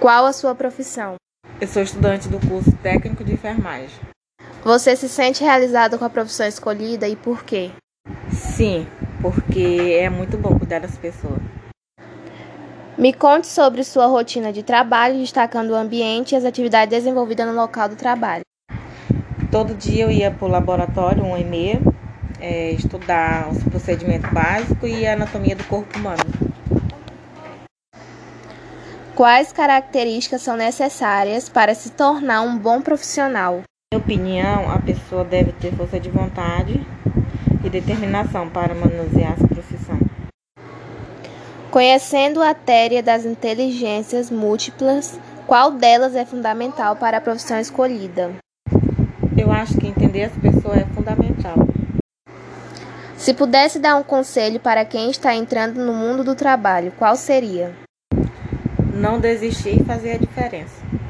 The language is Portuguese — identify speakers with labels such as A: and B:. A: Qual a sua profissão?
B: Eu sou estudante do curso técnico de enfermagem.
A: Você se sente realizado com a profissão escolhida e por quê?
B: Sim, porque é muito bom cuidar das pessoas.
A: Me conte sobre sua rotina de trabalho, destacando o ambiente e as atividades desenvolvidas no local do trabalho.
B: Todo dia eu ia para o laboratório, um e meia, é, estudar os procedimentos básicos e a anatomia do corpo humano.
A: Quais características são necessárias para se tornar um bom profissional?
B: Na minha opinião, a pessoa deve ter força de vontade e determinação para manusear essa profissão.
A: Conhecendo a teoria das inteligências múltiplas, qual delas é fundamental para a profissão escolhida?
B: Eu acho que entender as pessoas é fundamental.
A: Se pudesse dar um conselho para quem está entrando no mundo do trabalho, qual seria?
B: Não desistir e fazer a diferença.